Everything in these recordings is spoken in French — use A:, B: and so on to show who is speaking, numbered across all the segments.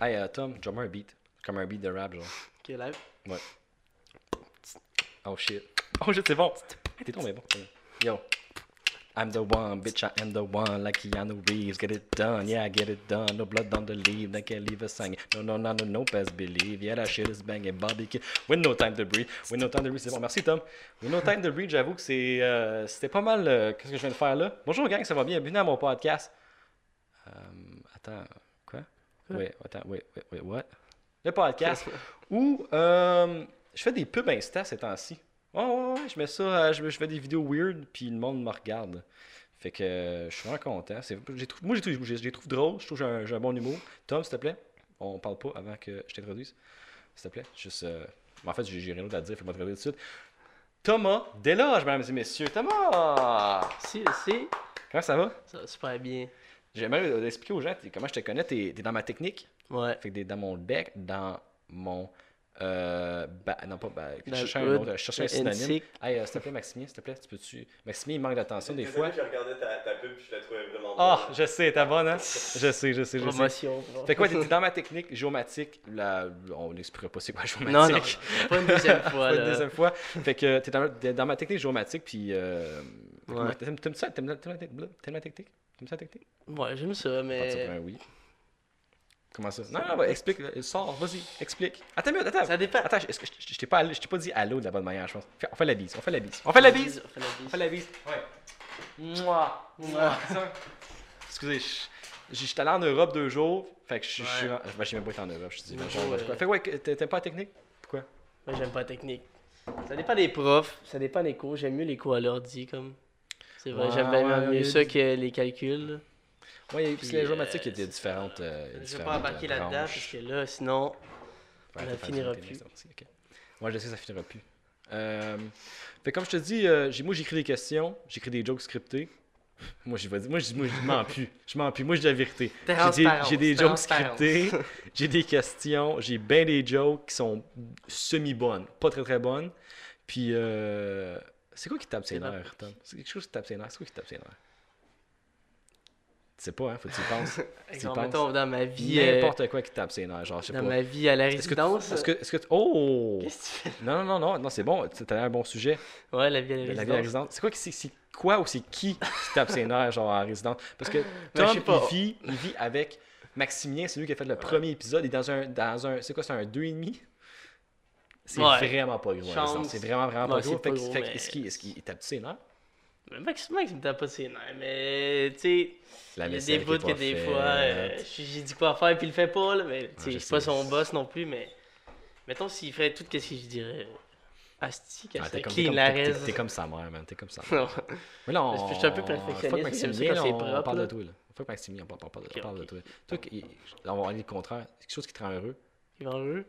A: Hey, euh, Tom, drummer un beat. Comme un beat de rap, genre.
B: Ok, live.
A: Ouais. Oh shit. Oh shit, c'est bon. T'es tombé bon. Yo. I'm the one, bitch, I am the one, like Keanu Reeves. Get it done, yeah, get it done. No blood on the leave, they can't leave us hanging. No, no, no, no, no, best believe. Yeah, that shit is banging. Barbecue. With no time to breathe. With no time to breathe, c'est bon. Merci, Tom. With no time to breathe, j'avoue que c'est, euh, c'était pas mal. euh, qu'est-ce que je viens de faire là? Bonjour, gang, ça va bien? Bienvenue à mon podcast. Euh, attends, quoi? Oui, attends, oui, oui, oui, what? Le podcast où euh, je fais des pubs Insta ces temps-ci. Ouais, ouais, ouais, je mets ça, euh, je, je fais des vidéos weird, puis le monde me regarde. Fait que euh, je suis vraiment content. C'est- j'ai trou- moi, j'ai trou- j'ai- je les trouve drôles, je trouve que j'ai un, j'ai un bon humour. Tom, s'il te plaît, on parle pas avant que je t'introduise. S'il te plaît, juste. euh, En fait, j'ai j'ai rien d'autre à dire, faut m'introduire tout de suite. Thomas Deloge, mesdames et messieurs. Thomas!
B: Si, si.
A: Comment ça va?
B: Ça va super bien.
A: J'aimerais euh, expliquer aux gens t'es- comment je te connais. T'es es dans ma technique.
B: Ouais.
A: Fait que des- dans mon bec, dans mon. Euh, ba- non, pas ba- Je
B: Dans
A: cherchais un
B: le hood,
A: autre. Je cherchais un
B: le
A: synonyme.
B: NC.
A: Hey, euh, s'il te plaît, Maximien, s'il te plaît, tu peux-tu. Maximien, il manque d'attention des fois.
C: Désolé, Je regardais ta, ta pub je la trouvais vraiment
A: Ah,
C: bonne.
A: je sais, t'es bonne, hein? Je sais, je sais, je sais.
B: Promotion.
A: Fait quoi, t'étais dans ma technique géomatique. Là, on n'expliquera pas c'est quoi géomatique.
B: Non, non. Pas une deuxième fois,
A: Pas une
B: là.
A: deuxième fois. Fait que t'es dans, t'es dans ma technique géomatique, puis. Euh,
B: Ouais.
A: T'aimes t'aimes ça? T'aimes la- t'aimes la tec- bleu? T'aimes la technique? T'aimes ça, la technique?
B: Ouais, j'aime ça,
A: Parti pour un
B: mais.
A: oui. Comment ça? Non, non, bah, explique, euh, sors, vas-y, explique. Attends, une minute, attends.
B: Ça dépend.
A: Attends, est-ce que je, je t'ai pas, allé- je t'ai pas dit allô de la bonne manière, je pense. Fais- on fait la bise, on fait la bise. On fait la bise!
B: On fait la
A: On
B: bise.
A: fait la bise. Ouais. Mouah! Mouah! Ça. Excusez, je, je- j'étais allé en Europe deux jours, fait que je je suis.
B: Ouais.
A: en- ben, j'ai même pas été en Europe, je dis.
B: Deux
A: ben,
B: jours,
A: je- je-
B: ouais.
A: Fait que ouais, que t'a- t'aimes pas la technique? Pourquoi?
B: Moi, j'aime pas la technique. Ça dépend des profs, ça dépend des cours. J'aime mieux les cours à l'ordi, comme. C'est vrai,
A: Ouais,
B: j'aime bien
A: ouais,
B: mieux
A: il-
B: ça que les calculs. là.
A: Ouais, il y a-
B: Puis,
A: parce que les géomatiques,
B: euh,
A: il y a des différentes. euh, il y a
B: Je vais pas
A: différentes, euh,
B: embarquer là-dedans, parce
A: branches.
B: que là, sinon.
A: Ouais,
B: Ça
A: t'as fait
B: finira
A: du
B: plus.
A: Nintendo, c'est ok. Ouais, je sais, ça finira plus. Euh, fait comme je te dis, euh, j'ai- moi j'écris des questions, j'écris des jokes scriptés. Moi je vais dire- moi je moi, je mens plus, je mens plus, moi je dis la vérité. J'ai des-
B: Transparence,
A: J'ai des, jokes
B: transparence.
A: scriptés, j'ai des questions, j'ai bien des jokes qui sont semi bonnes, pas très très bonnes. Puis euh, c'est quoi qui tape ses
B: C'est la-
A: nerfs, Tom C'est quelque chose qui tape ses nerfs. C'est quoi qui tape ses nerfs Tu sais pas, hein Faut que tu y penses.
B: Exemple,
A: penses?
B: mettons, dans ma vie. euh,
A: N'importe quoi qui tape ses nerfs, genre je sais
B: Dans
A: pas.
B: ma vie à la
A: Est-ce que, tu-
B: résidence.
A: est-ce que, est-ce que, tu- oh!
B: euh, Qu'est-ce que tu
A: Non, non, non, non, non c'est bon, tu- t'as un bon sujet.
B: fais? Ouais, la vie à la
A: La,
B: résidence.
A: vie à la résidence. C'est quoi, qui- c'est, c'est quoi ou c'est qui qui tape ses nerfs, genre, en résidence? Parce que
B: Ben, je
A: Tom,
B: sais pas.
A: il, vit, il vit avec Maximien, c'est lui qui a fait le premier épisode, il est dans un, dans un c'est quoi, c'est un 2,5? C'est
B: Ouais.
A: vraiment pas gros, la
B: Chance.
A: résidence. C'est vraiment, vraiment pas
B: Ouais,
A: gros.
B: c'est
A: Fait,
B: pas
A: que-
B: gros,
A: fait que
B: mais-
A: est-ce qu'il, est-ce qu'il tape ses nerfs?
B: Mais Max, Max me tape pas ses nerfs, mais tu
A: La
B: sais, il y a des
A: vaisselle qui
B: bouts
A: est
B: que
A: pas
B: des
A: faite. Ah,
B: fois, euh, j'ai j'ai dit quoi faire puis il le fait pas, là, mais tu
A: je
B: sais, je suis pas
A: sais.
B: son boss non plus, mais mettons s'il ferait tout, qu'est-ce que je dirais euh, Asti, qu'elle
A: Ah,
B: serait
A: t'es, comme, t'es,
B: clean
A: comme,
B: la
A: t'es- t'es-
B: reste.
A: t'es comme sa mère, man. T'es comme sa mère.
B: Non,
A: Mais là, on.
B: Parce que je suis un peu
A: on-
B: perfectionniste,
A: Fuck
B: j'aime ça
A: Maximilien,
B: quand
A: là,
B: c'est
A: on
B: propre,
A: parle
B: là.
A: de toi, là. Fuck Maximilien, on parle, on parle, on
B: Ok,
A: parle de
B: ok.
A: toi. Toi, qui- on va aller le contraire. Quelque chose qui te rend heureux.
B: il va en jeu.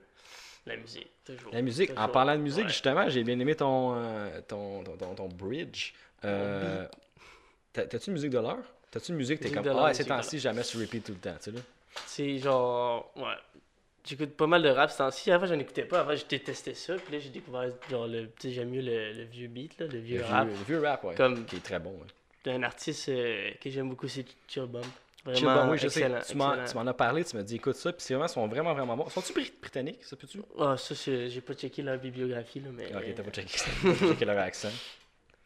B: La musique, toujours.
A: La musique, en
B: toujours.
A: parlant de musique,
B: Ouais.
A: justement, j'ai bien aimé ton, euh, ton, ton, ton- ton bridge. Euh, t'as- T'as-tu une musique de l'heure? T'as-tu une musique, t'es
B: Musique
A: comme,
B: de l'heure,
A: ah, ces
B: musique de
A: temps-ci, jamais sur repeat tout le temps, tu sais, là.
B: C'est genre, ouais. J'écoute pas mal de rap ce temps-ci. Avant, j'en écoutais pas. Avant, je détestais ça. Puis là, j'ai découvert, genre, le, tu sais, j'aime mieux le, le vieux beat, là, le vieux
A: Le
B: rap.
A: vieux, le vieux rap, ouais.
B: Comme-
A: Qui est très bon, ouais.
B: d'un artiste euh, que j'aime beaucoup, c'est Chill Bump. Vraiment,
A: Chill Bomb, oui, je sais.
B: excellent.
A: Tu m'en-
B: excellent.
A: tu m'en as parlé, tu m'as dit, écoute ça, puis c'est vraiment, ils sont vraiment, vraiment bons. Sont-tu bri- britanniques, ça peut-tu?
B: Ah, ça, c'est- j'ai pas checké leur bibliographie, là, mais,
A: Ok, t'as pas checké, t'as pas checké leur accent.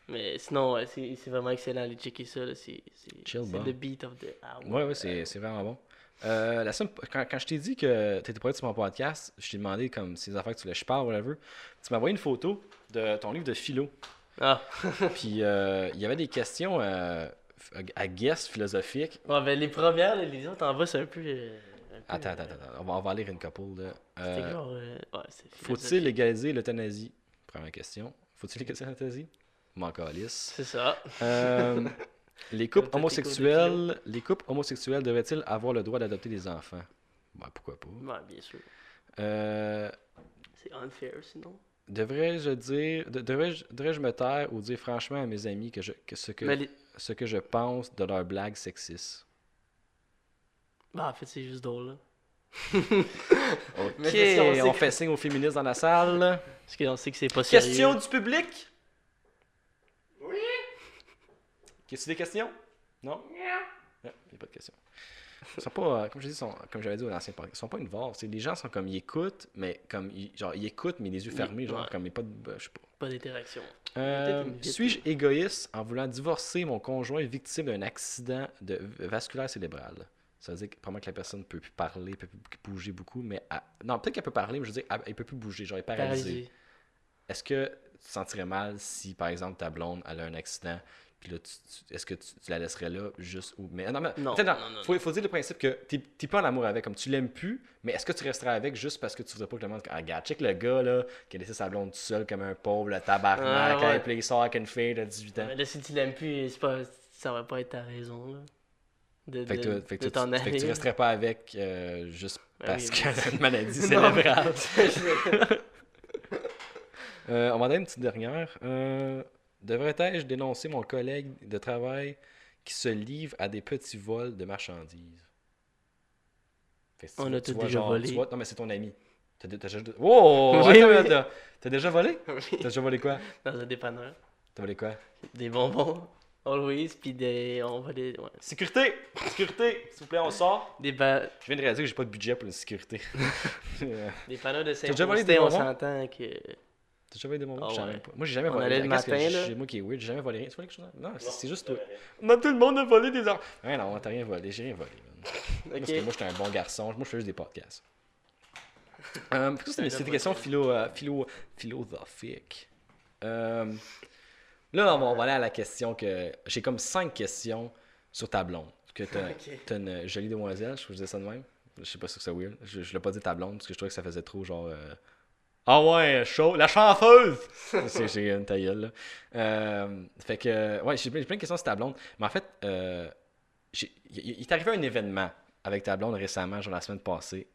B: mais sinon, ouais, c'est c'est vraiment excellent. Allez checker ça. là, C'est c'est-
A: Chill
B: c'est
A: Bomb.
B: le beat of the hour.
A: Ouais, ouais, c'est c'est vraiment bon. Euh, la semaine- quand, quand je t'ai dit que tu étais prêt sur mon podcast, je t'ai demandé comme ces affaires que tu voulais que je parle, whatever. Tu m'as envoyé une photo de ton livre de philo.
B: Ah,
A: Puis euh, il y avait des questions euh, à guess philosophiques.
B: ouais, ben, les premières, là, les autres, en bas, c'est un peu. euh, un peu,
A: Attends,
B: euh,
A: attends, attends. On va, on va en lire une couple. Là. Euh,
B: C'était genre. euh, ouais, c'est
A: Faut-il légaliser l'euthanasie Première question. Faut-il légaliser l'euthanasie M'en calisse.
B: C'est ça.
A: Euh, les couples
B: Comme tous tes cours de
A: homosexuels, les couples homosexuels devraient-ils avoir le droit d'adopter des enfants Ben pourquoi pas.
B: Ouais, bien sûr.
A: Euh,
B: C'est unfair, sinon.
A: Devrais-je dire, de- devrais-je devrais-je me taire ou dire franchement à mes amis que, je, que ce, que,
B: Mais les-
A: ce que je pense de leurs blagues sexistes?
B: bah, en fait, c'est juste drôle, là.
A: Ok,
B: Mais question, c'est
A: on
B: que-
A: fait signe aux féministes dans la salle.
B: Parce qu'on sait que c'est pas sérieux.
A: Question du public?
C: Oui.
A: Qu'est-ce que des questions? Non? Non, il n'y a pas de questions. Ils sont pas, euh, comme je dis, sont, comme j'avais dit dans l'ancien podcast, ils sont pas une vase. Les gens sont comme, ils écoutent, mais comme, ils- genre, ils écoutent, mais les yeux
B: Ils-
A: fermés, genre,
B: ouais.
A: comme, mais pas de, ben, je sais pas.
B: Pas d'interaction.
A: Euh,
B: Peut-être une vitre.
A: Suis-je égoïste en voulant divorcer mon conjoint victime d'un accident de vasculaire cérébral? Ça veut dire que, probablement que la personne ne peut plus parler, peut plus bouger beaucoup, mais elle- non, peut-être qu'elle peut parler, mais je veux dire, elle, elle peut plus bouger, genre elle est paralysée.
B: Paralysé.
A: Est-ce que tu te sentirais mal si, par exemple, ta blonde elle a un accident, puis là, tu- tu- est-ce que tu, tu la laisserais là juste ou mais non, mais
B: Non,
A: attends,
B: non, non,
A: faut, faut dire le principe que t'es t'es pas en amour avec, comme tu l'aimes plus, mais est-ce que tu resterais avec juste parce que tu voudrais pas que le monde ah, regarde, check le gars là qui a laissé sa blonde tout seul comme un pauvre, le tabarnak,
B: Ah, ouais.
A: hein, puis là, il sort avec une fille de 18 ans.
B: Ouais, Là, si tu l'aimes plus, c'est pas... ça va pas être ta raison. Là. De,
A: Fait que,
B: de-
A: toi- fait que
B: de
A: toi,
B: t'en
A: tu, fait que tu
B: aller.
A: resterais pas avec euh, juste
B: Ah
A: parce
B: oui,
A: qu'elle a une maladie
B: Non, mais-
A: cérébrale. Euh, on va donner une petite dernière. Euh, Devrais-je dénoncer mon collègue de travail qui se livre à des petits vols de marchandises? Fait que tu
B: On
A: vois-
B: a
A: tu
B: tous
A: vois,
B: déjà
A: genre,
B: volé.
A: tu vois- non, mais c'est ton ami. T'as dé- t'as déjà... Wow!
B: Oui,
A: attends,
B: oui.
A: attends. T'as déjà volé? T'as déjà volé quoi?
B: Dans un dépanneur.
A: T'as volé quoi?
B: Des bonbons. Always, puis des. On va les. ouais.
A: Sécurité! Sécurité! S'il vous plaît, on sort.
B: Des, ba...
A: Je viens de réaliser que j'ai pas de budget pour la sécurité. Euh,
B: des panneaux de saint
A: déjà volé des
B: on
A: bonbons?
B: s'entend que.
A: T'as jamais des moments
B: Ah
A: je sais
B: ouais.
A: même pas. Moi, j'ai jamais
B: On
A: volé.
B: allait le
A: Qu'est-ce que
B: matin,
A: j'ai-
B: là.
A: j'ai- Moi qui est weird, j'ai jamais volé rien. Tu vois quelque chose? Non, c'est-
C: Non,
A: c'est juste
C: ça
A: toi.
C: va
B: euh,
C: rien.
A: Non, tout le monde a volé des armes. Ouais, non, t'as rien volé. J'ai rien volé. man. Parce
B: Ok.
A: que moi, j'étais un bon garçon. Moi, je fais juste des podcasts. Euh, parce que c'est
B: un
A: une-
B: gars
A: c'est des
B: pas
A: questions
B: très-
A: philo, euh, philo, philosophiques. Euh, là, on va, on va aller à la question que. J'ai comme cinq questions sur ta blonde. Que t'as
B: Ok.
A: t'as une jolie demoiselle, je vous disais ça de même. Je sais pas si c'est weird. Je, je l'ai pas dit ta blonde parce que je trouvais que ça faisait trop genre. euh, Ah ouais, chaud, la chanteuse! C'est- J'ai une ta gueule, là. Euh, fait que, ouais, j'ai plein, j'ai plein de questions sur ta blonde. Mais en fait, euh, j'ai- il il est arrivé un événement avec ta blonde récemment, genre la semaine passée,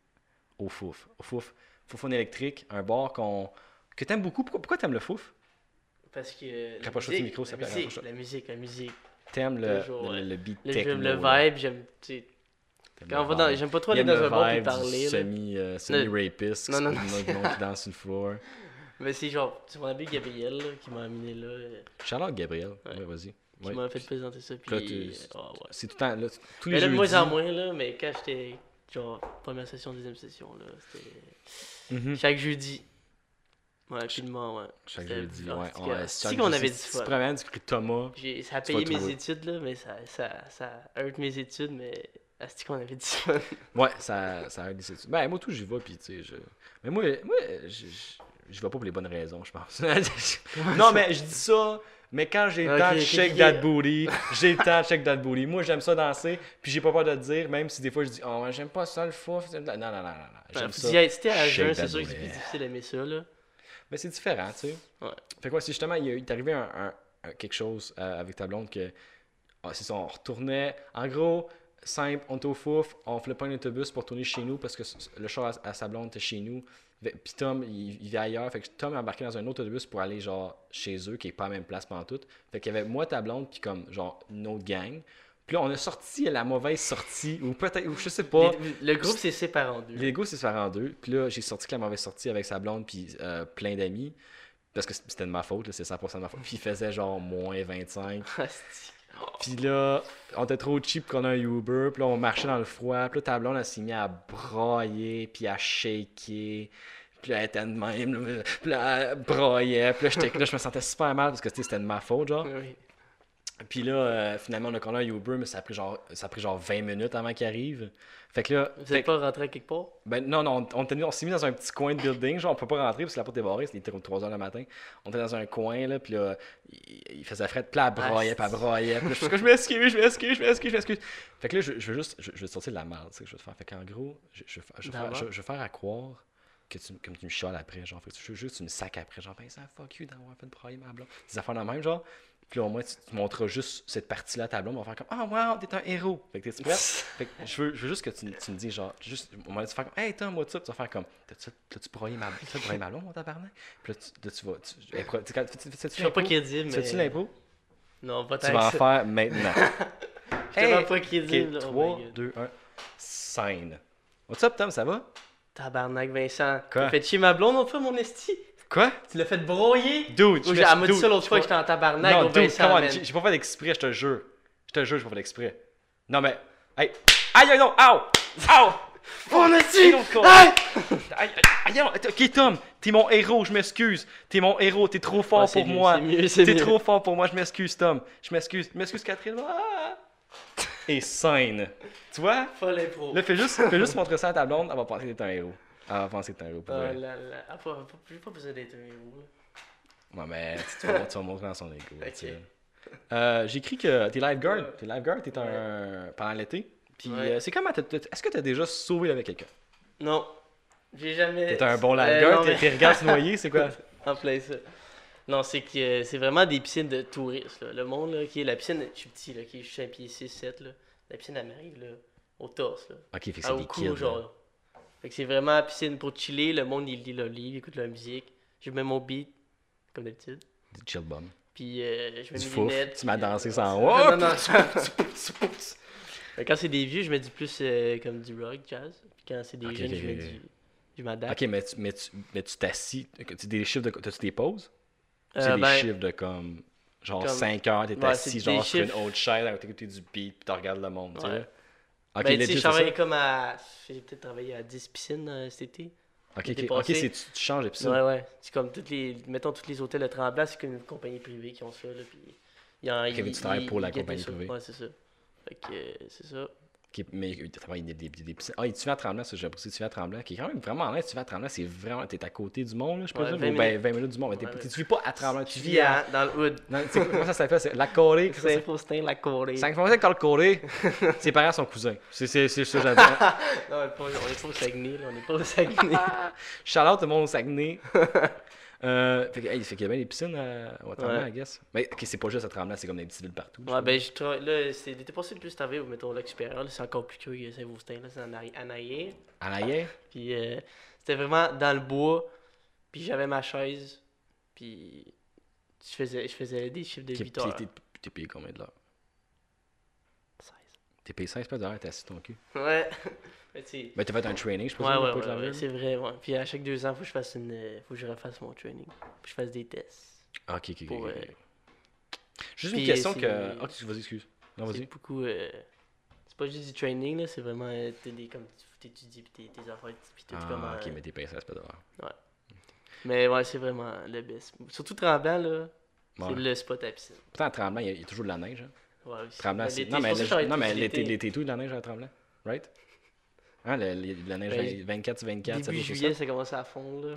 A: au Fouf. Au Fouf, Foufoune électrique, un bar qu'on que t'aimes beaucoup. Pourquoi, pourquoi t'aimes le Fouf?
B: Parce que. la
A: Rapproche-toi du
B: musique,
A: micro, s'il te
B: la
A: plaît,
B: musique,
A: rapproche-toi.
B: La musique, la musique.
A: T'aimes le,
B: Toujours,
A: le,
B: ouais.
A: le- le beat
B: Là,
A: techno.
B: j'aime le
A: là.
B: vibe, j'aime. tu sais,
A: T'aimes
B: Quand
A: le
B: on va dans.
A: vibe.
B: J'aime pas trop
A: Il
B: aller
A: aime
B: dans
A: le
B: un bar puis
A: vibe du
B: parler. là.
A: semi, euh, semi-rapiste,
B: Non, non,
A: qui se
B: non.
A: promener avec le monde qui danse sur le floor.
B: Mais c'est genre. C'est mon ami Gabriel là, qui m'a amené là. euh,
A: Charlotte Gabriel, ouais,
B: Ouais.
A: vas-y.
B: Qui
A: Ouais.
B: m'a fait présenter ça.
A: Puis là,
B: Puis.
A: t'es-
B: Ah, ouais.
A: C'est tout le temps, là, tous les
B: Mais là, de moins en
A: jeudis.
B: moins, là. Mais quand j'étais. Genre, première session, deuxième session, là. C'était.
A: Mhm.
B: Chaque jeudi. Ouais, rapidement, ouais.
A: Chaque
B: C'était-
A: jeudi,
B: ah,
A: ouais.
B: c'est
A: on-
B: que-
A: ouais,
B: c'est
A: chaque
B: qu'on
A: jeudi,
B: avait
A: si
B: du
A: Tu te
B: fun.
A: promènes, tu cries Thomas.
B: J'ai- Ça a
A: Tu vas
B: payé mes
A: trouver.
B: études, là, mais ça, ça, ça hurt mes études, mais c'est qu'on avait dit ça.
A: Ouais, ça, ça aide les études. Ben, moi, tout, j'y vais, puis, tu sais, je... Mais moi, moi je- je- j'y vais pas pour les bonnes raisons, je pense. non, mais je dis ça, mais quand j'ai le
B: Ok,
A: temps de
B: ok,
A: shake
B: ok.
A: that booty, j'ai le temps de shake that booty. Moi, j'aime ça danser, puis j'ai pas peur de le dire, même si des fois, je dis « Oh, ouais, j'aime pas ça, le fouf. » Non, non, non, non, non, j'aime ça.
B: C'était à
A: shake
B: jeun,
A: that
B: c'est sûr que c'est
A: booty.
B: plus difficile d'aimer ça, là.
A: Mais Ben, c'est différent, tu sais.
B: Ouais.
A: Fait quoi, c'est justement, il y a eu- il est arrivé un, un- un- quelque chose euh, avec ta blonde que. ah, c'est ça, on retournait. En gros, simple, on était au fouf, on flait pas un autobus pour tourner chez nous parce que s- le char à, à sa blonde était chez nous. Fait- Puis Tom, il, il vivait ailleurs. Fait que Tom a embarqué dans un autre autobus pour aller, genre, chez eux, qui est pas à la même place pendant tout. Fait qu'il y avait moi, ta blonde, puis comme, genre, une autre gang. Puis là, on a sorti à la mauvaise sortie, ou peut-être, ou je sais pas.
B: Les- le groupe s'est séparé en deux.
A: Lego s'est séparé en deux. Puis là, j'ai sorti que la mauvaise sortie avec sa blonde, puis euh, plein d'amis. Parce que c'était de ma faute, là, c'est 100% de ma faute. Puis il faisait genre moins 25.
B: Ah, Asti.
A: Puis là, on était trop cheap qu'on a un Uber. Puis là, on marchait dans le froid. Puis là, ta blonde, elle s'est mise à brailler, puis à shaker. Puis là, elle était de même. là. Puis là, elle braillait. Puis là, j'étais- là, je me sentais super mal parce que tu sais, c'était de ma faute, genre.
B: Oui.
A: Puis là, euh, finalement, on a collé un Uber, mais ça a pris genre, ça a pris genre 20 minutes avant qu'il arrive. Fait que là,
B: Vous
A: fait
B: êtes pas rentré à quelque part?
A: ben non, non, on, on était- on s'est mis dans un petit coin de building, genre on peut pas rentrer parce que la porte est barrée, c'était 3h le matin. On était dans un coin là, puis là, il, il faisait fret, puis là, elle broyait, puis elle broyait, puis là, je suis comme, je m'excuse, je m'excuse, je m'excuse, je m'excuse. Fait que là, je, je veux juste, je, je veux te sortir de la merde, tu sais, que je veux te faire. Fait qu'en gros, je, je, veux faire- je, veux faire-
B: D'abord.
A: je- je veux faire à croire que tu, me- comme tu me chiales après, genre, fait que je veux juste que tu me sacs après, genre, Vincent, fuck you d'avoir fait broyer ma blonde. Des affaires de même, genre. Puis là, au moins, tu, tu montreras juste cette partie-là à ta blonde, on va faire comme, ah, wow, t'es un héros. Fait que t'es prête? Fait que je veux, je veux juste que tu, tu me dis, genre, juste, au moment de faire comme, hey, Tom, moi, tu tu vas faire comme, t'as-tu t'as-tu broyé ma t'as-tu broyé ma blonde, mon tabarnak? Puis là, tu, là, tu vas, tu, impro- tu sais, quand- fais-tu-
B: Je
A: fais-tu
B: suis pas
A: l'impro?
B: crédible, mais.
A: Fais-tu l'impro?
B: Non, pas tant
A: Tu
B: que
A: vas en
B: ça.
A: faire maintenant.
B: Je suis tellement pas crédible, là. Oh
A: 3,
B: my God.
A: 2, 1, scène. What's up, Tom, ça va?
B: Tabarnak, Vincent.
A: Quoi?
B: T'as fait chier ma blonde, l'autre fois, mon esti?
A: Quoi?
B: Tu l'as fait broyer?
A: Dude,
B: Ou
A: je
B: j'ai- Elle m'a dit
A: dude,
B: ça l'autre
A: je
B: fois que
A: pas-
B: j'étais en tabarnak,
A: Non,
B: au
A: dude,
B: Vincent.
A: come on,
B: man.
A: j'ai j'ai pas fait d'exprès, je te jure. Je te jure, j'ai pas fait d'exprès. Non, mais, hey, Aïe, aïe, non, ow! Ow!
B: On a
A: Aïe,
B: dit!
A: non, con.
B: Hey!
A: Aïe, aïe, aïe, aïe, ok, Tom, t'es mon héros, je m'excuse. T'es mon héros, t'es trop fort
B: Ah, c'est
A: pour
B: mieux,
A: moi.
B: C'est mieux, c'est
A: T'es
B: mieux.
A: trop fort pour moi, je m'excuse, Tom. Je m'excuse, je m'excuse, Catherine. Ah! Et scène. Tu vois?
B: Folle impro.
A: Là, fais juste, fais juste montrer ça à ta blonde, elle va penser que t'es un héros. Elle va penser que t'es un héros. Pour
B: Oh
A: vrai.
B: là là. Ah, pas, pas, j'ai pas besoin d'être un héros. là.
A: Ouais, mais tu, tu vas, tu vas montrer dans son ego.
B: Ok.
A: tu sais. Euh, J'écris que t'es lifeguard.
B: Ouais.
A: T'es lifeguard, t'es un. pendant l'été. Puis
B: Ouais.
A: euh, c'est comment. t'as- t'as- Est-ce que t'as déjà sauvé avec quelqu'un
B: Non. J'ai jamais.
A: T'es un bon
B: Euh,
A: lifeguard,
B: non,
A: t'es
B: mais-
A: t'es regardes se noyer, c'est quoi
B: En plein ça. Non, c'est que euh, c'est vraiment des piscines de touristes. là. Le monde, là, qui est la piscine, je suis petit, là, qui est, je suis un pied 6, 7, là. La piscine, elle m'arrive, là, au torse, là.
A: Ok, fait que
B: Ah,
A: c'est
B: au
A: des
B: cou,
A: kids. là.
B: genre. Fait que c'est vraiment la piscine pour chiller. Le monde, il lit leur livre, il écoute leur musique. Je mets mon beat, comme d'habitude.
A: Des chill bum.
B: Puis euh, je mets
A: Du
B: mes
A: fouf.
B: lunettes.
A: Tu m'as
B: puis, euh,
A: dansé sans-
B: Non, non, non. Fait que Quand c'est des vieux, je mets du plus euh, comme du rock, jazz. Puis quand c'est des
A: Ok,
B: jeunes,
A: ok,
B: je mets
A: ok.
B: du. Je m'adapte.
A: Ok, mais tu mais tu- mais tu t'assis. que tu des chiffres de. T'as-tu des pauses
B: Euh,
A: C'est des
B: ben,
A: chiffres de comme. Genre
B: comme-
A: 5 heures, t'es
B: Ouais, c'est
A: assis
B: des
A: genre sur une
B: chiffres.
A: autre chaise, à côté du beat, puis t'en regardes le monde, tu
B: Ouais.
A: vois. Ok,
B: ben, tu sais,
A: legit,
B: je
A: c'est ça.
B: travaillais comme à. J'ai peut-être travaillé à 10 piscines euh, cet été.
A: Ok,
B: J'étais
A: ok, ok,
B: passé.
A: c'est- tu tu changes et puis ça.
B: Ouais, ouais. C'est comme toutes les. Mettons, tous les hôtels de Tremblant, c'est comme une compagnie privée qui ont ça, là. Puis. Il y a
A: mais tu travailles pour la compagnie privée.
B: Ouais, c'est ça. Fait que euh, c'est ça.
A: Qui- mais euh, tu travailles des, des, des, des piscines. Ah, et tu vas à Tremblant, ça, j'ai apprécié. Tu vas à Tremblant, qui est quand même vraiment en l'air. Tu vas à Tremblant, c'est vraiment. T'es à côté du monde, là, je
B: Ouais,
A: présume.
B: 20
A: ou ben
B: minutes.
A: 20 minutes du monde. Mais t'es-
B: Ouais,
A: t'es-
B: ouais.
A: tu vis pas à Tremblant, tu
B: Je
A: vis à.
B: dans le hood.
A: Non, c'est- comment ça s'appelle C'est la Corée. que ça s'appelle?
B: Saint-Faustin, la Corée.
A: Saint-François dans le Corée. Ses parents sont cousins. C'est c'est- c'est ça que j'adore.
B: Non, on est pas- on est pas au Saguenay, là. On est pas au Saguenay.
A: Shout-out tout le monde au Saguenay. Euh, fait que, hey, fait qu'il y a bien des piscines à, à Tremblant,
B: Ouais.
A: I guess. Mais ok, c'est pas juste à Tremblant, c'est comme des petites villes partout. je
B: ouais, ben, je travaille. Là, c'est l'été passé, le plus tard, mettons, lac supérieur, là, c'est encore plus que Saint-Faustin, là. C'est en arri- en arrière.
A: trouve. À l'arrière.
B: Puis euh, c'était vraiment dans le bois. Puis j'avais ma chaise. Puis je faisais, je faisais des chiffres de
A: T'es
B: 8 heures.
A: t'es- t'es payé combien de l'heure T'es payé 16 piastres de l'heure, t'es assis ton cul.
B: 16. Ouais. Mais tu sais,
A: Mais t'as fait un training, je
B: Ouais,
A: présume.
B: ouais,
A: pour
B: ouais,
A: te la
B: ouais,
A: ville?
B: c'est vrai. Ouais. Puis à chaque deux ans, faut que je fasse une, euh, faut que je refasse mon training. Faut que je fasse des tests.
A: Ah, Ok, ok, ok,
B: Pour,
A: ok.
B: euh,
A: Juste une
B: puis euh,
A: question
B: c'est-
A: que. Ah, tu- vas-y, excuse. Non,
B: c'est
A: vas-y.
B: beaucoup. euh, c'est pas juste du training là, c'est vraiment euh, t'as des comme t'étudies puis tes, tes affaires puis tout comme.
A: Ah,
B: euh,
A: ok, mais t'es payé 16 piastres de l'heure.
B: Mais ouais, c'est vraiment le best. Surtout tremblant là,
A: Ouais.
B: c'est le spot à piscine.
A: Pourtant, à Tremblant, il y a- il y a toujours de la neige. hein.
B: Ouais, aussi.
A: Tremblant,
B: Mais
A: c'est.
B: l'été,
A: Non,
B: c'est
A: mais
B: pour ça que j'aurais
A: le- non,
B: tout
A: mais
B: dit
A: l'été,
B: l'été.
A: l'été, tout de la neige à Tremblant, right? Hein, le- le- la neige
B: Ben,
A: vingt- 24 sur 24, ça
B: Début
A: joue
B: juillet, ça commence à fondre. Là.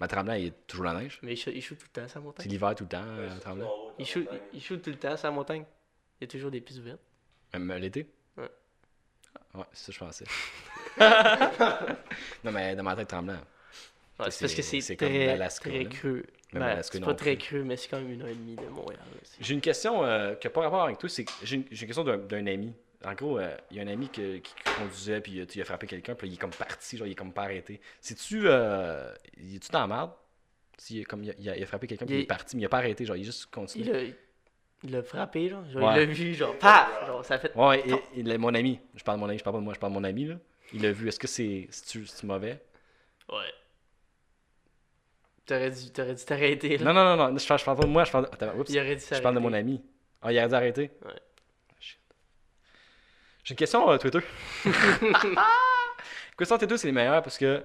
A: Mais Tremblant, il y a toujours la neige.
B: Mais il shoot, il shoot tout le temps, sa
A: C'est
B: montagne.
A: l'hiver tout le temps, euh, à Tremblant.
B: Il shoot, il shoot tout le temps, sa montagne. Il y a toujours des pistes ouvertes.
A: Même euh, l'été?
B: Ouais.
A: Ah, Ouais, c'est ça, que je pensais. non, mais dans ma tête, Tremblant. c'est-
B: Ouais, c'est parce que c'est
A: c'est
B: très,
A: comme l'Alaska,
B: très
A: là.
B: creux.
A: Même
B: Ben,
A: l'Alaska,
B: c'est
A: non
B: pas
A: plus.
B: très creux, mais c'est quand même une heure et demie de Montréal. là, c'est-
A: J'ai une question euh, qui n'a pas rapport avec toi. C'est que j'ai une, j'ai une question d'un- d'un ami. En gros, euh, il y a un ami que- qui, qui conduisait, puis euh, tu, il a frappé quelqu'un, puis là, il est comme parti, genre, il est comme pas arrêté. C'est-tu. Euh, tu dans la merde? S'il est comme, il, a, il a- il a frappé quelqu'un, puis
B: Il-
A: il est parti, mais il a pas arrêté, genre, il a juste continué.
B: Il a- il l'a frappé, genre. genre,
A: Ouais.
B: Il l'a vu, genre, paf! Genre, ça a fait.
A: Ouais, Ouais, et- et le- mon ami. Je parle de mon ami, je parle pas de moi, je parle de mon ami, là. Il l'a vu. Est-ce que c'est c'est-tu- c'est-tu mauvais?
B: Ouais. T'aurais dû t'aurais dû t'arrêter, là.
A: Non, non, non, non, je parle, je parle pas de moi, je parle de. attends, oups.
B: Il aurait dû
A: Je
B: s'arrêter.
A: parle de mon ami. Ah, il a arrêté?
B: Ouais.
A: Ah, Shit. J'ai une question euh, Twitter. question Twitter, c'est les meilleurs parce que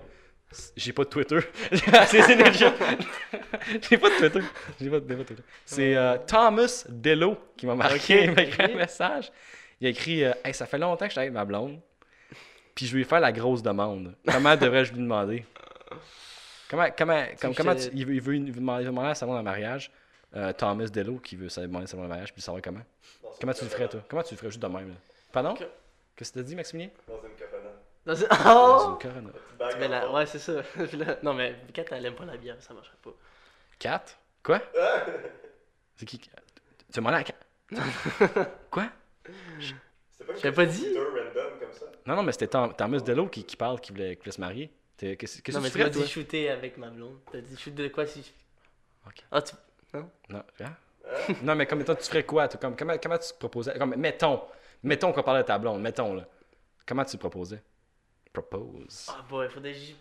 A: c- j'ai pas de Twitter. c'est c'est une joke. J'ai pas de Twitter. J'ai pas, de- j'ai pas de Twitter. C'est euh, Thomas Dello qui m'a marqué. Il m'a écrit un
B: ok.
A: message. Il a écrit euh, Hey, ça fait longtemps que je suis avec ma blonde. Puis je vais lui faire la grosse demande. Comment devrais-je lui demander Comment, comment, comme-
B: je
A: comment
B: te-
A: tu- il veut, il veut une- il veut demander, il veut demander à sa blonde en mariage euh, Thomas Dello qui veut sa- demander sa blonde en mariage puis savoir comment Comment tu le ferais, toi Comment tu le ferais juste de même là? Pardon
B: Que-
A: Qu'est-ce que t'as dit, Maximilien
C: Dans une cabana.
B: Dans une-
A: Dans
B: Oh!
A: une corona.
B: Tu mets la- Ouais, c'est ça. Puis là- Non, mais quand elle aime pas la bière, ça marcherait pas.
A: Quatre Quoi C'est qui qui- Tu m'en as Quoi
B: Je l'ai pas dit.
C: random comme ça.
A: Non, non, mais c'était Tom- Thomas Dello qui, qui parle, qui voulait, qui voulait se marier. T'es- Qu'est-ce qu'est-ce
B: Non,
A: que
B: mais
A: tu
B: tu m'as
A: ferais, toi
B: dit shooter avec ma blonde. T'as dit shoot de quoi si je.
A: Ok.
B: Ah, tu.
A: Non, hein? non, mais comme mettons, tu ferais quoi toi? Comme, comment, comment tu te proposais comme, Mettons, mettons qu'on parlait de ta blonde, mettons là. Comment tu te proposais Propose.
B: Ah, bah, il faudrait que j'y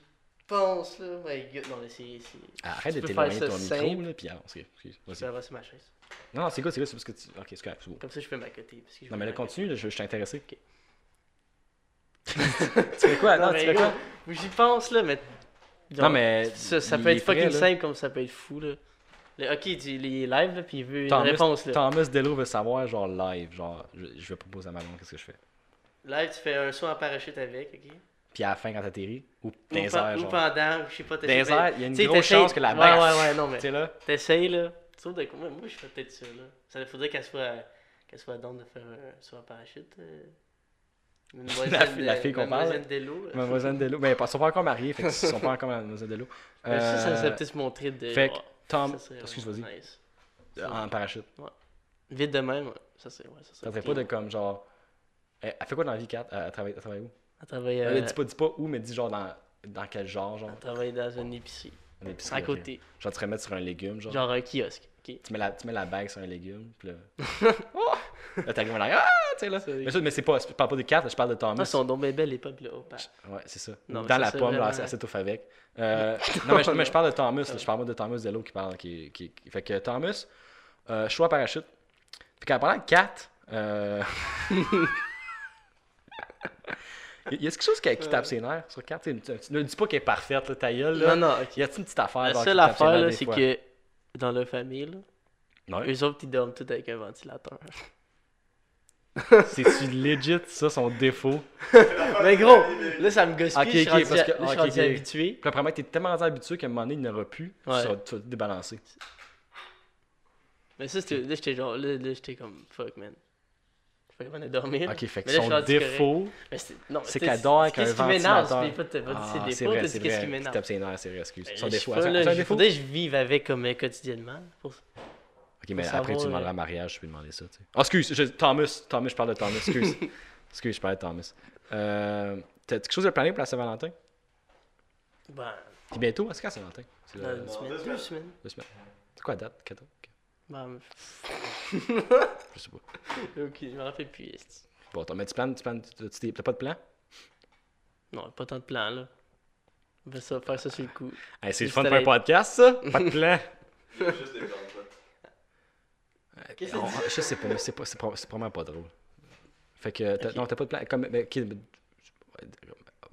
B: pense, là. My God. Non, mais c'est. c'est-
A: Arrête
B: Ah,
A: de
B: tu peux faire
A: t'éloigner de ton
B: ça
A: micro,
B: simple.
A: là, puis avance. ok, excuse,
B: Je
A: vas-y.
B: vais avancer ma chaise.
A: Non, non, c'est quoi, c'est quoi, c'est parce que tu. Ok, c'est correct, c'est beau.
B: Comme ça, je peux m'accoter. parce que je
A: Non,
B: veux
A: mais là,
B: m'accoter.
A: continue, là, je, je suis intéressé. Tu fais quoi?
B: Non,
A: Non, tu
B: mais
A: fais quoi?
B: J'y pense, là, mais.
A: Non, mais.
B: Ça, ça
A: il
B: peut
A: est
B: être
A: prêt,
B: fucking
A: là.
B: simple comme ça peut être fou, là. Le hockey, il, il est live, là, puis il veut une
A: Thomas-
B: réponse, là.
A: Thomas Delo veut savoir, genre live, genre, je, je vais proposer à ma blonde qu'est-ce que je fais.
B: Live, tu fais un saut en parachute avec, ok?
A: Puis à la fin, quand t'atterris, ou
B: Ou,
A: dans les
B: pen-
A: airs,
B: ou
A: genre.
B: pendant, ou je sais pas,
A: Dans
B: t'essaies
A: les
B: bien-
A: airs, il y a une
B: T'sais,
A: grosse
B: t'essayes-
A: chance que la
B: Ouais,
A: balle.
B: ouais, ouais, non, mais-
A: Tu sais, là.
B: T'essayes, là. Tu sautes de quoi? Moi, je fais peut-être ça, là. Ça faudrait qu'elle soit. qu'elle soit dans de faire un saut en parachute. euh, Une voisine
A: fille- la
B: de-
A: fille qu'on parle.
B: Mademoiselle Delo, là.
A: Mademoiselle Delo. Mais ils sont pas encore mariés, fait qu'ils sont pas encore Mademoiselle Delo.
B: Mais Ça, ça, ça
A: Euh,
B: peut se montrer de.
A: fait que
B: genre,
A: Tom-
B: ça serait
A: excuse,
B: vraiment
A: vas-y.
B: nice.
A: en parachute.
B: Vite de même, ouais. ça c'est. Ouais, ça,
A: Ça
B: serait
A: serait pas de
B: cool.
A: comme genre. Elle elle fait quoi dans la vie, Kat? Elle elle travaille, elle travaille où?
B: Elle travaille,
A: Elle
B: euh,
A: dit pas, dis pas où, mais dis genre dans, dans quel genre, genre.
B: elle travaille dans une épicerie.
A: Une épicerie,
B: À
A: ok.
B: côté.
A: Genre, tu te mettre sur un légume, genre.
B: Genre un kiosque. ok.
A: Tu mets, la, tu mets la bague sur un légume, pis là. Oh! Là, t'arrives en arrière, ah! Tu sais, là.
B: C'est-
A: Mais, ça, mais c'est pas, je parle pas des cartes, je parle de
B: Ah, ils
A: Thomas.
B: sont donc bien belles les peuples là. Oh, bah. au parc.
A: Ouais, c'est ça.
B: Non,
A: Dans
B: mais ça,
A: la
B: c'est
A: pomme, là,
B: vraiment-
A: elle s'étouffe avec. Euh, non, mais je, mais je parle de Thomas, là, je parle pas de Thomas Delo qui parle. Qui, qui, qui- Fait que Thomas, euh, choix parachute. Puis qu'en parlant de 4, euh... il y a quelque chose qui, qui tape ses nerfs sur 4. Ne dis pas qu'elle est parfaite, là, ta gueule. Là.
B: Euh. Non, non, ok.
A: Y a-t-il une petite affaire
B: La
A: genre, qui
B: seule
A: tape ses
B: affaire,
A: nerfs
B: Ah, là,
A: des
B: c'est
A: fois?
B: que dans leur famille, là,
A: Non,
B: eux autres, ils dorment tous avec un ventilateur.
A: c'est-tu legit, ça, son défaut?
B: Mais gros, là, ça me gospille.
A: Ok,
B: je suis
A: ok,
B: rendu,
A: parce que-
B: là, je suis
A: ok,
B: rendu
A: ok.
B: habitué.
A: Puis après, mec, t'es tellement habitué qu'à un moment donné, il n'aura plus. Tu
B: Ouais.
A: vas tu vas te débalancer.
B: Mais ça, c'était- là, j'étais genre, là, là, j'étais comme, fuck, man. Je suis pas capable de dormir.
A: Ok, fait que
B: Mais là, je suis
A: son
B: rendu
A: défaut,
B: Mais c'est non, mais
A: c'est
B: t'sais,
A: qu'elle dort avec un
B: Qu'est-ce qui m'énerve?
A: ventilateur.
B: Tu peux pas te pas
A: Ah,
B: dire ses
A: c'est
B: défauts,
A: vrai,
B: t'as
A: c'est
B: dit qu'est-ce
A: vrai.
B: qui
A: Tu
B: m'énerve.
A: tapes ses nerfs, c'est vrai, excuse.
B: Ben,
A: Son
B: je sais
A: défaut,
B: pas,
A: c'est un
B: là,
A: c'est un
B: je-
A: défaut.
B: faudrait que je vive avec comme euh, quotidiennement. pour-
A: Ok, mais
B: faut
A: après, tu
B: savoir,
A: demandes
B: euh,
A: en mariage, tu peux demander ça, tu sais. Ah, excuse, je- Thomas, Thomas, je parle de Thomas, excuse. excuse, je parle de Thomas. Euh, T'as quelque chose de plané pour la Saint-Valentin?
B: Ben,
A: Puis bientôt, est-ce que la Saint-Valentin? C'est
B: dans
A: le-
B: une
C: non,
B: semaine,
C: deux
B: deux
C: semaines.
B: semaines.
A: deux semaines. C'est quoi la date? 14?
B: Ben,
A: Je sais pas.
B: ok, je me rappelle plus. esti.
A: Bon, attends, mais tu planes, tu planes, tu- tu- tu- t'as pas de plan?
B: Non, pas tant de plans, là. On va ça, faire ça sur le coup.
A: Hey, c'est le
B: Juste
A: fun de
B: à
A: faire un
B: la-
A: podcast, ça? Pas de plan?
C: Il y a juste des plantes, là.
B: Qu'est-ce que
A: On- Je sais pas, mais c'est pas- c'est prob- c'est probablement pas drôle. Fait que, t'as-
B: Ok.
A: non, t'as pas de plan. Comme, mais, ok, mais-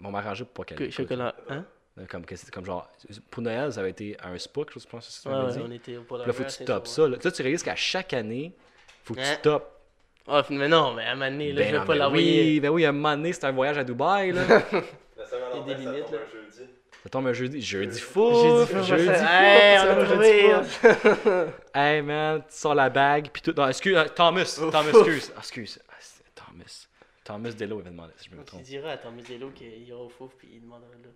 A: on m'a arrangé pour pas qu'elle.
B: Que-
A: écoute.
B: chocolat, hein?
A: Euh, Comme, que c'est- comme genre, pour Noël, ça avait été à un spa, quelque chose, je pense que c'est ça.
B: Ouais,
A: qu'on
B: ouais,
A: avait
B: on
A: dit.
B: était au Pôle
A: Puis là, faut
B: Nord,
A: que tu
B: c'est
A: topes ça. Là. Tu sais, tu réalises qu'à chaque année, faut que
B: Hein?
A: tu topes.
B: Ah, mais non, mais à un moment donné, là,
A: Ben
B: je
A: non,
B: veux pas
A: mais
B: l'envoyer.
A: Oui, ben oui, un moment donné, c'est un voyage à Dubaï. Là.
C: La
B: Il
C: Saint-Valentin,
B: y a des
C: ça
B: limites,
C: tombe
B: là.
C: un jeudi.
A: ça tombe un ben, jeudi. Jeudi fou!
B: fou,
A: Jeudi
B: ça-
A: fou,
B: Hey,
A: ça
B: on a
A: tombe un jeudi
B: trouvé,
A: fou. Hey man, tu sors la bague, puis tout. Non, excuse, euh, Thomas, Thomas, excuse. Ah, excuse. Ah, c'est Thomas. Thomas Delo, il va demander, si je me
B: Tu
A: trompe.
B: diras à ton Musello qu'il ira au fouf puis il demandera là.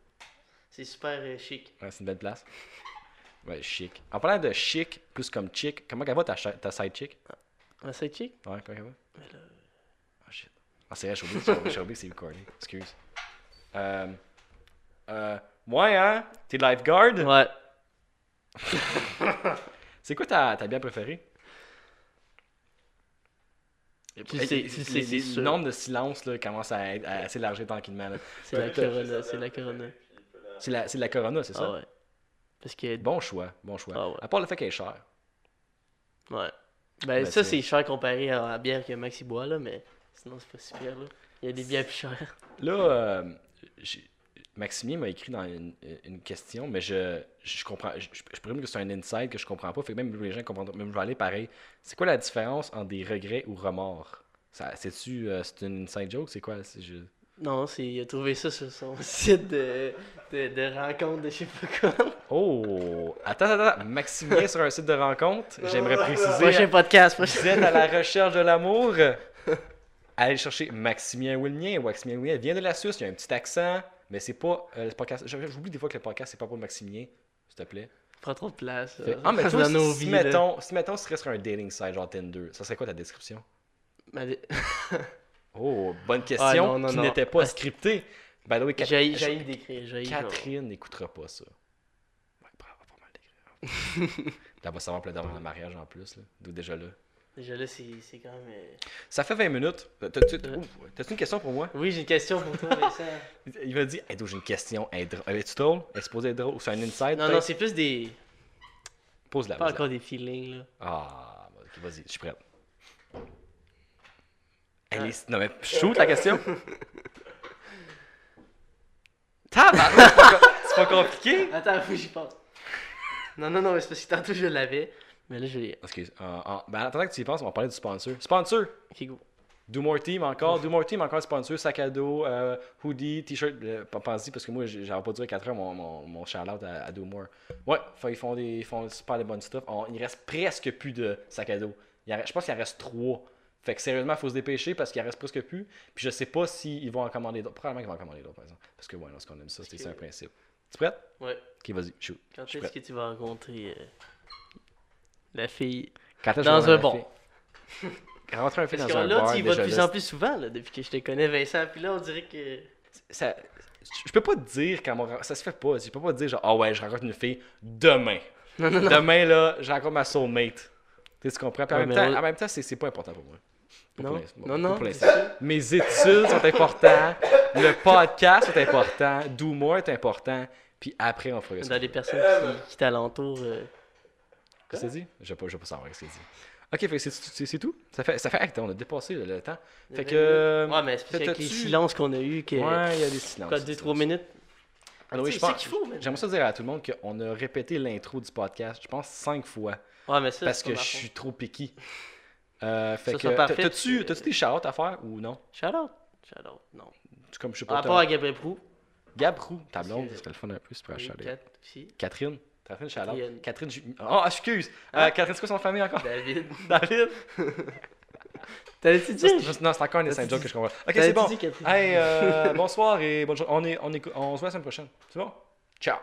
B: C'est super euh, chic.
A: Ouais, c'est une belle place. Ouais, chic. En parlant de chic, plus comme chic, comment elle va ta, cha- ta side chick?
B: Ah, c'est chic?
A: Ouais, comment elle va?
B: Mais là,
A: Ah shit. Ah, c'est vrai, j'ai oublié, j'ai oublié que c'est recordé. Excuse. Euh, euh, ouais, hein? T'es lifeguard?
B: Ouais.
A: C'est quoi ta, ta bière préférée?
B: Tu le sais, tu le sais, c'est
A: Le
B: sûr.
A: nombre de silences là, commence à, être- à s'élargir tranquillement. là.
B: C'est la corona, c'est
C: Je vais chercher sa
A: C'est
B: la corona.
C: date, puis il peut la-
A: la, c'est de la Corona, c'est ça?
B: Ah ouais. Parce que.
A: Bon choix, bon choix.
B: Ah ouais.
A: À part le fait qu'elle est chère.
B: Ouais. Ben,
A: Ben,
B: ça,
A: c'est-
B: c'est cher comparé à la bière que Maxi boit là, mais sinon, c'est pas super là. Il y a des bières plus chères.
A: Là, euh, j'ai- Maximien m'a écrit dans une, une question, mais je, je comprends. Je, je présume que c'est un insight que je comprends pas. Fait que même les gens comprennent. Même je vais aller pareil. C'est quoi la différence entre des regrets ou remords? Ça, c'est-tu, euh, c'est une inside joke? C'est quoi? C'est, je-
B: Non, c'est, il a trouvé ça sur son site de, de, de rencontre de je sais pas quoi.
A: Oh! Attends, attends, attends. Maximien sur un site de rencontre.
C: Non,
A: J'aimerais
C: non, non.
A: préciser.
B: Prochain podcast, prochain.
A: Vous êtes à la recherche de l'amour? Allez chercher Maximien Wilmien. Maximien Wilmien vient de la Suisse. Il y a un petit accent, mais c'est pas. euh, le podcast... je- J'oublie des fois que le podcast, c'est pas pour Maximien. S'il te plaît.
B: Prends trop de place.
A: Fait-
B: là.
A: ah, mais toi,
B: Dans nos
A: si,
B: vies, là.
A: mettons, si mettons, ce serait sur un dating site genre Tinder, ça serait quoi ta description?
B: Ma-
A: Oh, bonne question
B: Ah, non, non,
A: qui
B: non.
A: n'était pas
B: Ah,
A: scriptée. By the way, Cat-
B: J'ai
A: Ch-
B: j'ai le décrire, j'ai
A: Catherine n'écoutera pas ça. Ouais, bravo, pas mal d'écrire. Là, elle va savoir plein d'avant le mariage en plus, là. D'où déjà là.
B: Déjà là, c'est c'est quand même. euh,
A: Ça fait 20 minutes. T'as- t'as- t'as-
B: Ouais.
A: ouf, T'as-tu une question pour moi?
B: Oui, j'ai une question pour toi, Vincent.
A: Il m'a dit, hey, d'où j'ai une question. Hey, dro- Es-tu drôle? Est-ce supposé être drôle? Ou c'est un inside?
B: non,
A: peut-être?
B: non, c'est plus des.
A: Pose-la.
B: Pas
A: pose-la.
B: encore des feelings, là.
A: Ah, bon, ok, vas-y, je suis prêt.
B: Ouais.
A: Allez, Non, mais shoot la question. Tabarnak, c'est pas- c'est pas compliqué.
B: Attends, faut que j'y pense. Non, non, non, mais c'est parce que tantôt je l'avais, mais là je l'ai.
A: Excuse. ah, ah, ben, attends que tu y penses, on va parler du sponsor. Sponsor!
B: Ok, go.
A: Do More Team encore. Do More Team encore sponsor. Sac à dos, euh, hoodie, t-shirt. euh, pas- Pensez, parce que moi, j'ai- j'avais pas duré 4 heures mon, mon, mon shout-out à, à Do More. Ouais, fait, ils font des ils font super de bonnes stuff. On- il reste presque plus de sac à dos. Il en reste- je pense qu'il en reste 3. Fait que sérieusement, faut se dépêcher parce qu'il en reste presque plus. Puis je sais pas s'ils vont en commander d'autres. Probablement qu'ils vont en commander d'autres, par exemple. Parce que, ouais, non, ce qu'on aime ça, c'est
B: Ok.
A: c'est un principe. Tu prête?
B: Ouais.
A: Ok, vas-y, shoot.
B: Quand
A: Je suis
B: est-ce que tu vas rencontrer euh, la fille
A: Quand est-ce que
B: Dans
A: je vais
B: un
A: rentrer?
B: bar.
A: Rentrer un fille
B: Parce
A: dans
B: que
A: un
B: là,
A: bar.
B: tu y vas de
A: déjà
B: plus
A: là,
B: en plus souvent, là, depuis que je te connais, Vincent. Puis là, on dirait que.
A: ça, je peux pas te dire quand mon- ça se fait pas. Je peux pas te dire genre ah ouais, je rencontre une fille demain.
B: Non, non, non.
A: Demain là, je rencontre ma soulmate. Tu sais, tu comprends? Puis en,
B: Ouais,
A: même
B: mais
A: temps,
B: on-
A: en même temps, c'est c'est pas important pour moi. Pas pour
B: Non,
A: l'instant.
B: non,
A: Pas
B: non.
A: pour
B: c'est
A: l'instant.
B: ça.
A: Mes études sont importantes, le podcast est important, Do More est important, puis après on fera ça.
B: Dans les personnes qui, qui t'alentourent. euh,
A: Qu'est-ce que c'est dit? Je vais pas, je vais pas savoir ce que c'est dit. Ok, fait que c'est- c'est c'est tout? Ça fait, ça fait acte, on a dépassé le, le temps. Fait que. euh,
B: Ouais, mais c'est parce qu'avec les
A: t'as-tu-
B: silences qu'on a eu, que.
A: Ouais, il y a des silences.
B: Quoi, 2-3 minutes
A: Alors, Ah oui,
B: Tu
A: je
B: sais, c'est
A: pense.
B: ce qu'il faut, man.
A: J'aimerais ça dire à tout le monde qu'on a répété l'intro du podcast, je pense, cinq fois.
B: Ouais, mais ça.
A: Parce
B: c'est pas
A: que je
B: ma faute.
A: suis trop piqué. Euh, fait
B: Ça,
A: que.
B: c'est
A: t'as-
B: parfait,
A: T'as-tu
B: puis-
A: t'as-tu des shout à faire ou non?
B: Shout-out. Shout-out, non.
A: Tu- Comme je sais
B: Par
A: pas.
B: rapport
A: t'as-
B: à Gabriel Prou.
A: Gab Roux, ta blonde,
B: que-
A: c'était le fun un peu, c'est pour
B: oui,
A: acheter.
B: quatre aussi.
A: Catherine. Catherine Chalot.
B: Catherine.
A: Catherine. Ju- Oh, excuse! Euh,
B: Ah.
A: Catherine, c'est quoi son famille encore?
B: David.
A: David?
B: T'avais-tu
A: Ça, c'est
B: dit?
A: juste- non, c'est encore une
B: T'as-tu
A: inside joke
B: dit-
A: que je comprends. Ok,
B: T'avais-tu
A: c'est bon.
B: dit Catherine?
A: Hey, euh, bonsoir et bonne journée. On, est, on, est, on se voit la semaine prochaine. C'est bon? Ciao!